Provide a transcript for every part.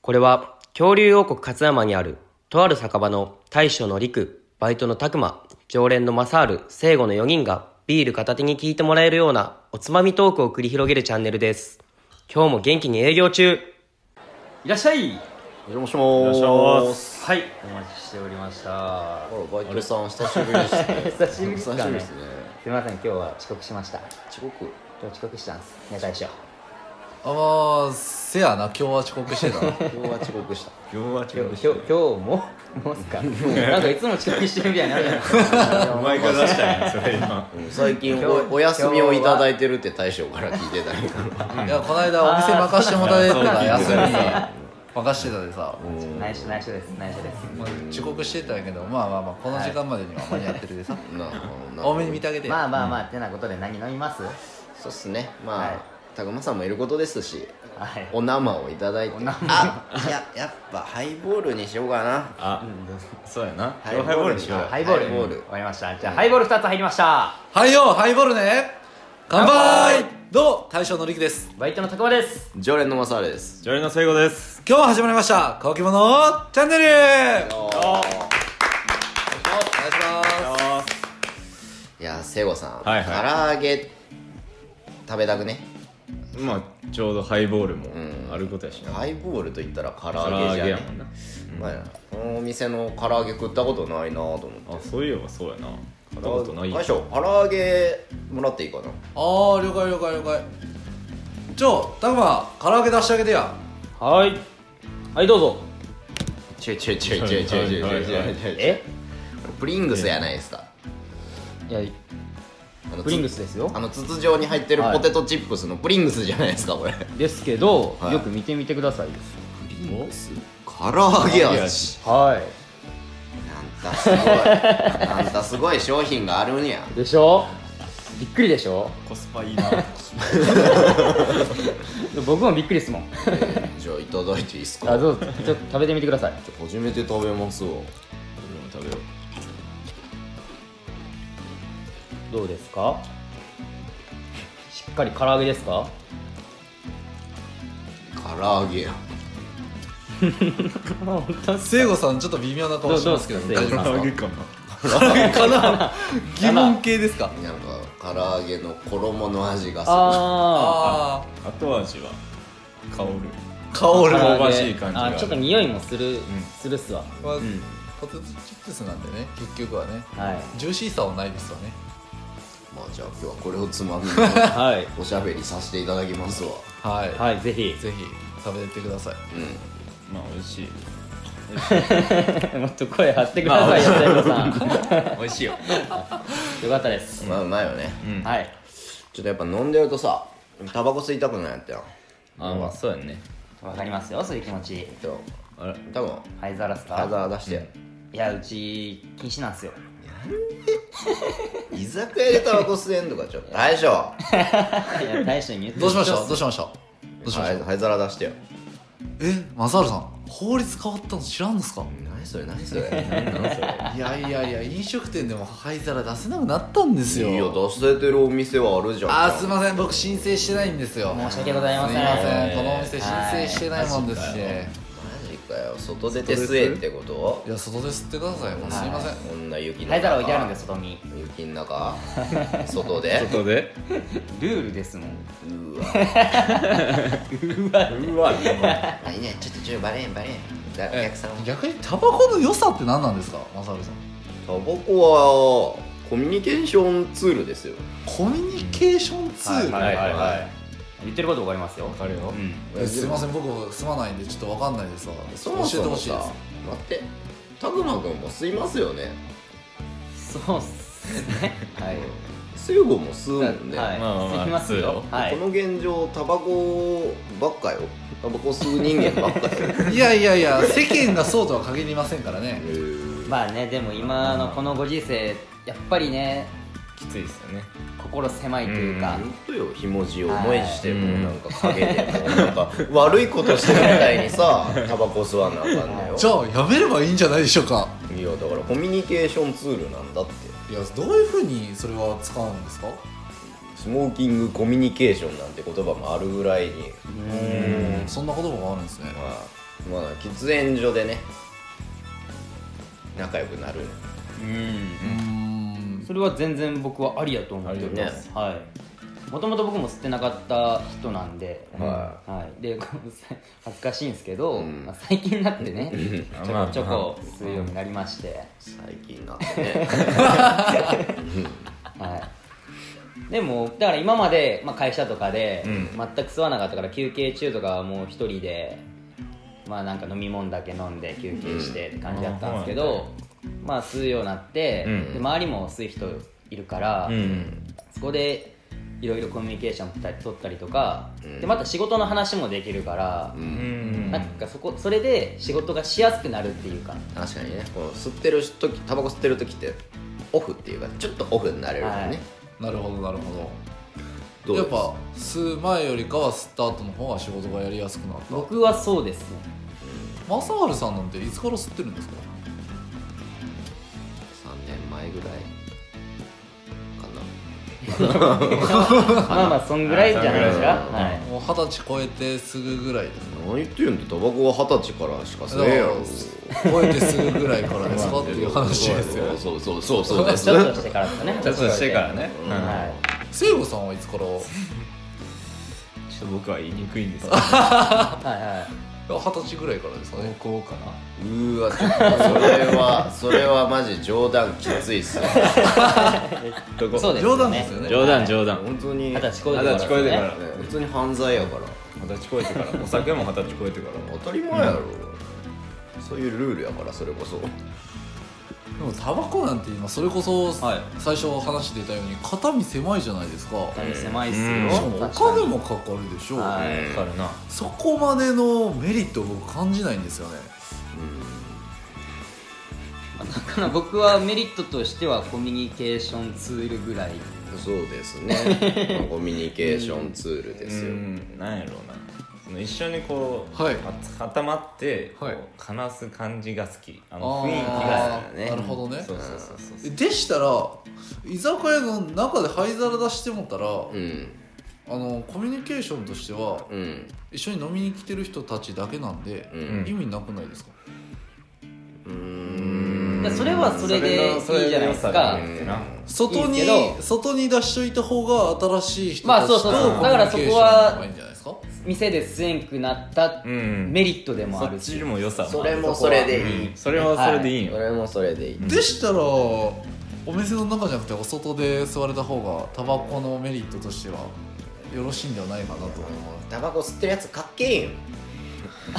これは恐竜王国勝山にあるとある酒場の大将の陸、バイトの拓磨、常連の正ル、聖護の4人がビール片手に聞いてもらえるようなおつまみトークを繰り広げるチャンネルです。今日も元気に営業中いらっしゃいお邪魔しま。お邪魔しますはい、お待ちしておりましたあ。ら、バイトさん、久しぶりですね。久しぶりっす久かねしぶりですね。すみません、今日は遅刻しました。遅刻。今日遅刻したんです。ね、大将。あまあせやな今日は遅刻してたな今日は遅刻した。今日は今日、今日、今日も、もうす か。なんかいつも遅刻してるみたいになるじゃないですか。お前が出したやんそれ今うん最近今日お、お休みをいただいてるって大将から聞いてたりとか。いやこの間お店任してもらえてあたー休みに任してたでさ内緒、内緒です。内緒です。まあ遅刻してたんやけどまあまあまあこの時間までには間に合ってるでさなあなあ多めに見てあげてまあまあまあ、てなことで何飲みますそうっすね。はいまあ、たくまさんもいることですし、はい。お生をいただいて。お生あ、いや、やっぱハイボールにしようかな。あそうやなハイ今ボ日ールハイボールにしようよハイボール。ハイボール終わりました。じゃあ、ハイボール2つ入りました。はいよハイボールね乾杯どう大将のりきですバイトのたくまです。常連のマサールです。ジョリの聖子です今日も始まりました乾き物チャンネルお願いしますいや、セゴさん、はいは唐揚げ食べたくね。まあちょうどハイボールもあることやしなハイボールと言ったら唐唐揚揚げじゃげやねもんなまあ、このお店の唐揚げ食ったことないなと思ってあそういえばそうやな食ったことない大将唐揚げもらっていいかなああ了解了解了解ちょたくま唐揚げ出してあげてやはい。はい、どうぞ。ちょいちょいちょいちょいちょいちょいちょいちょいちょいえプリングスやないですかいや、あのプリングつスですよあ。の筒状に入ってるはいポテトチップスのプリングスじゃないですかこれプですけど、はいよく見てみてくださいです。リングス唐揚げ唐揚げ味味はい。なんたすごいなんたすごい商品があるんやでしょびっくりでしょコスパいいな僕もびっくりですもん。じゃあいただいていいっすかあ、どうぞ。ちょっと食べてみてください。 初めて食べますわ食べよどうですかしっかり唐揚げですか唐揚げ や聖子さんちょっと微妙な顔してますけどどうどう大丈夫あう唐揚げかなかな疑問系ですかなんか唐揚げの衣の味がすごああ後味は香るあ香ーるは唐揚げ香ばしい感じがあるあちょっと匂いもする、んするっすわポテトチップスなんでね結局はねはいジューシーさはないですよねいまあじゃあ今日はこれをつまみに はいおしゃべりさせていただきますわはい、はいぜひぜひ食べてってくださいうんまあ美味しい もっと声張ってくださいよ聖子さん 美味しいよよかったです、まあうまいよね、はいちょっとやっぱ飲んでるとさタバコ吸いたくないってなあまあそうやねわかりますよそういう気持ちでもあれ多分灰皿っすハかザー出して、いやうち禁止なんすよ居酒屋でタバコ吸えんとかちょっと大将いや大将に言ってどうしましたどうしましたどうしました灰皿出してよえマサールさん法律変わったの知らんですか何それ何それいやいやいや飲食店でも灰皿出せなくなったんですよいいよ出せてるお店はあるじゃんあーすいません僕申請してないんですよ申し訳ございませんすいませんこのお店申請してないもんですし、い、マジかよ外出て吸えってことや外で吸ってくださいもうすいません、こんな雪の中灰皿置いてあるんです外に雪の中外で外でルールですもんうわうわあいいねちょっとちょっとバレんバレんじゃあお客さんも逆にタバコの良さって何なんですかマサルさんタバコはコミュニケーションツールですよコミュニケーションツール、はいはいははい言ってることわかりますよわかるようんえすいません僕住まないんでちょっと分かんないですわそもそ教えてもほしいさです待って拓磨君も吸いますよねそうっす ねはい水ゴも吸うもんね、はい、まあまあまあいきますよ普通はいこの現状タバコばっかよタバコ吸う人間ばっかよいやいやいや 世間がそうとは限りませんからね まあねでも今のこのご時世やっぱりねきついですよね心狭いというかほんとよひもじい思いしてもうなんか陰でもうなんか悪いことしてるみたいにさタバコ吸わなあかんのよじゃあやめればいいんじゃないでしょうかいやだからコミュニケーションツールなんだっていやどういうふうにそれは使うんですかスモーキングコミュニケーションなんて言葉もあるぐらいにそんな言葉があるんですねまあまあ喫煙所でね仲良くなるねそれは全然僕はありやと思っております、はいもともと僕も吸ってなかった人なんで、ははい、でこうさ恥ずかしいんですけど、んまあ最近になってねうんちょまあこちょこ吸うようになりまして、最近なってねはい、でもだから今まで、まあ、会社とかでうん全く吸わなかったから休憩中とかはもう一人でまあなんか飲み物だけ飲んで休憩してって感じだったんですけど、まあ吸うようになって、うんで周りも吸う人いるから、うんそこでいろいろコミュニケーション取ったり取ったりとか、うんでまた仕事の話もできるからう、うんんなんかそこそれで仕事がしやすくなるっていうか、確かにねこの吸ってる時タバコ吸ってる時ってオフっていうかちょっとオフになれるよね、はいなるほどなるほどどうやでっすぱ吸う前よりかは吸った後の方が仕事がやりやすくなった僕はそうですね マサハルさんなんていつから吸ってるんですか3年前ぐらいかまあまあそんぐらいじゃないですか、あそんぐらはいもう二十歳超えてすぐぐらいですな何言ってるんだタバコは二十歳からしか吸えやろ超えてすぐぐらいからですかっていう話ですよそうそうそうそうですちょっとしてからですかね ちょっとしてからね、うんうんはい聖子さんはいつからちょっと僕は言いにくいんですけどはいはい二十歳ぐらいからですかね高校かうーわちょっとそれは それはマジ冗談きついっすねなどこそうです冗談ですよね冗談冗談本当二に十ね歳超えて二から十歳超えてから普通に犯罪やから二十歳超えてからお酒も二十歳超えてから当たり前やろ、そういうルールやからそれこそでもタバコなんて今それこそはい最初話してたように肩身狭いじゃないですかしね狭いっすうんかもよお金もかかるでしょはいかるなそこまでのメリットを僕感じないんですよねだから僕はメリットとしてはコミュニケーションツールぐらいそうです ねコミュニケーションツールですよ、うんなんやろうなその一緒にこう、はいあ固まって、こうはい話す感じが好きああのー雰囲気が好きだねなるほどねそうそうそうそうでしたら居酒屋の中で灰皿出してもったら、うんあのコミュニケーションとしてはうん一緒に飲みに来てる人たちだけなんで、うん意味なくないですかいやそれはそれでいいじゃないですかそれの良さがあってな外にいいですけど外に出しといた方が新しい人まあたちとそコうミそうそうだかュらニそケこーションはの方がいいんじゃないですか店で吸えんくなったうんメリットでもそあるっし、ちも良さそれもそこはそれでいい、うんそれはそれでいいよ、それもそれでいい、でしたらお店の中じゃなくてお外で座れた方がタバコのメリットとしてはよろしいんではないかなと思いますタバコ吸ってるやつかっけえんよあ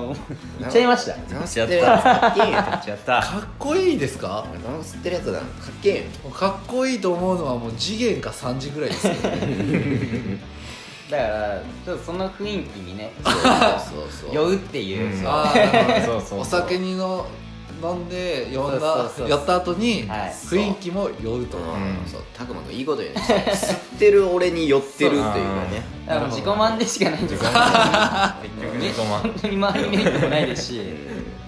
ーもう言っちゃいましたタバコ吸ってるやつかっけえんよタやったかっこいいですかバコ吸ってるやつだなかっけえんよもうかっこいいと思うのはもう次元か3時ぐらいですよねだからちょっとその雰囲気にねそうそう酔うっていう、うんそうあーそうそうそうお酒にの飲んで呼んそうだそうそうやった後にはい雰囲気も酔うとうんそう拓磨君いいこと言うね吸ってる俺に寄ってるっていうかねだからもう自己満でしかないんですよ結局自己満本当に周りメリットもないですし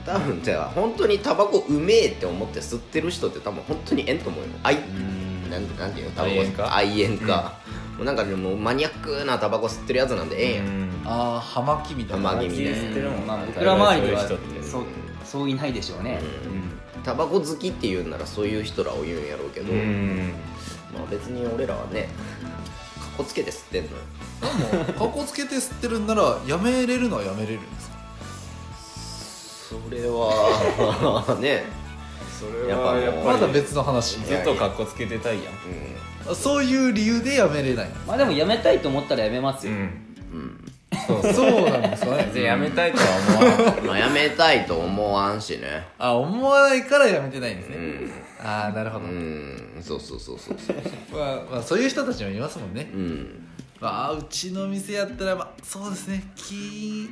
多分じゃあ本当にタバコうめえって思って吸ってる人って多分本当にえんと思うよあいなんなんていうのタバコ愛煙か愛煙か、もうなんかでもマニアックなタバコ吸ってるやつなんでええんや、ああ葉巻みたいな葉巻気にしてるもんなまあ僕ら周りではそういう人ってそうそういないでしょうね、タバコ好きって言うんならそういう人らを言うんやろうけど、うんまあ別に俺らはねかっこつけて吸ってんのよかっこつけて吸ってるんならやめれるのはやめれるんですかそれは ねそれやっぱはもうやっぱりまだ別の話ずっとかっこつけてたいやんうそういう理由でやめれないまあでもやめたいと思ったらやめますよ、ん、うんそうそうそうなんですかね全 然やめたいとは思わまあやめたいと思わんしねあ思わないからやめてないんですうね、んああなるほど、うんそうそうそうそうそうまあまあ、そういう人たちもいますもんね、うんまあうちの店やったら、まあ、そうですねき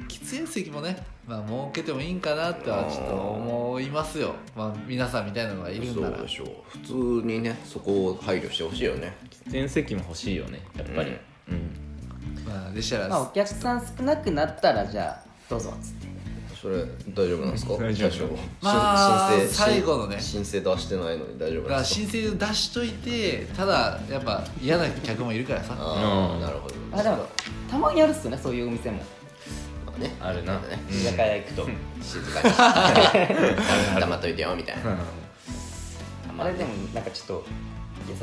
喫煙席もねまあ儲けてもいいんかなってはちょっと思いますよまあ皆さんみたいなのがいるんそなうらでしょう普通にねそこを配慮してほしいよねん全席も欲しいよねやっぱりうんまあでしたら、まあお客さん少なくなったらじゃあどうぞっつってそれ大丈夫なんですか大丈夫最初まあ申申請最後のね申請出してないのに大丈夫まなんあですか申請を出しといてただやっぱ嫌な客もいるからさあうあんなるほどあでもたまにあるっすよねそういうお店もまかねあるなねうん居酒屋行くと静かに黙っといてよみたいなあれでもなんかちょっと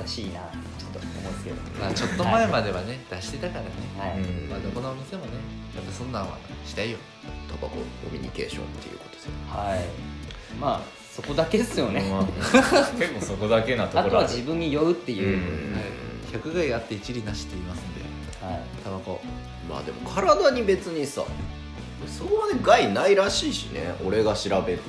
優しいなちょっと思うんですけどまあちょっと前まではね出してたからねはい、うんまあどこのお店もねやっぱそんなんはしたいよタバココミュニケーションっていうことではいまあそこだけですよね、まあ結構そこだけなとあことろはあ自る分に酔うっていう、うん100害あって一理なしって言いますんではい、タバコまあでも体に別にさそこまで害ないらしいしね俺が調べる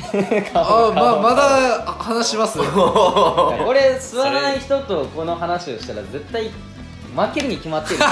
あまあまだあ話し ますとこれ吸わない人とこの話をしたら絶対負けるに決 まってる負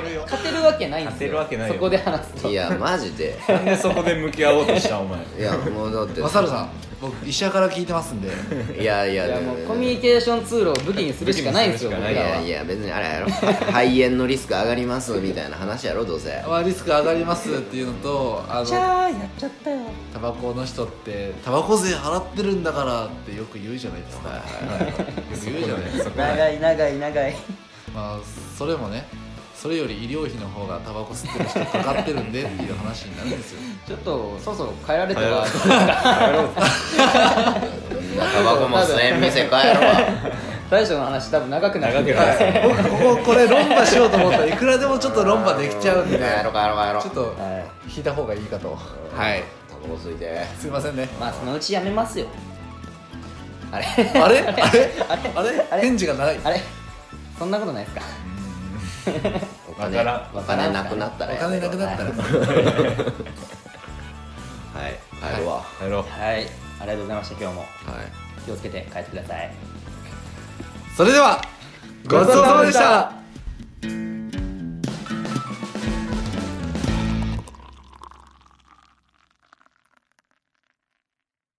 けるよ勝てるわけないんですよ勝てるわけないよそこで話すといやマジでなんでそこで向き合おうとしたお前いやもうだってマサルさん僕医者から聞いてますんで いやいいややもうコミュニケケーションツールを武器にするしかないんですよ武器僕にらすはるしかないやいや別にあれやろ肺炎のリスク上がりますみたいな話やろど うせまあリスク上がりますっていうのとあのじゃあやっちゃったよタバコの人ってタバコ税払ってるんだからってよく言うじゃないですか、よく言うじゃないですか、長い長い長いまあ、それもねそれより医療費の方がタバコ吸ってる人かかってるんでっていう話になるんですよちょっとそろそろ帰られてはタバコも吸えん店帰ろう大将の話多分長くなる長くなる僕こここれ論破しようと思ったらいくらでもちょっと 論破できちゃうんで帰ろう帰ろう帰ろうちょっとは引いた方がいいかとはいタバコ吸いて すいませ んねいまあそのうちやめますよあれあれあれあれあれ返事が長いあれそんなことないですかおわ金からんお金なくなったらおやめ金ろなくなったらはい帰るわは帰ろうはいありがとうございました今日もい気をつけて帰ってくださいそれではごちそうさまでした